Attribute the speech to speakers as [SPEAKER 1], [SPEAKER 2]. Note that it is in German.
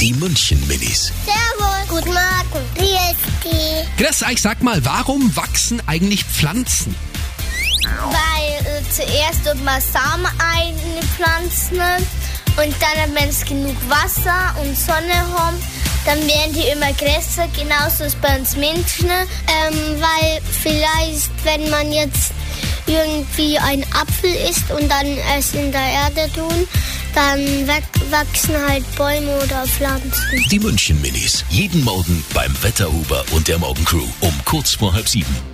[SPEAKER 1] Die München Minis.
[SPEAKER 2] Servus. Guten Morgen. Wie ist die?
[SPEAKER 1] Chris, ich sag mal, warum wachsen eigentlich Pflanzen?
[SPEAKER 2] Weil äh, zuerst tut man Samen ein in die Pflanzen und dann, wenn es genug Wasser und Sonne haben, dann werden die immer größer, genauso ist bei uns Menschen. Ähm, weil vielleicht, wenn man jetzt irgendwie einen Apfel isst und dann es in der Erde tun, dann wach- wachsen halt Bäume oder Pflanzen.
[SPEAKER 1] Die München Minis. Jeden Morgen beim Wetterhuber und der Morgencrew um kurz vor halb sieben.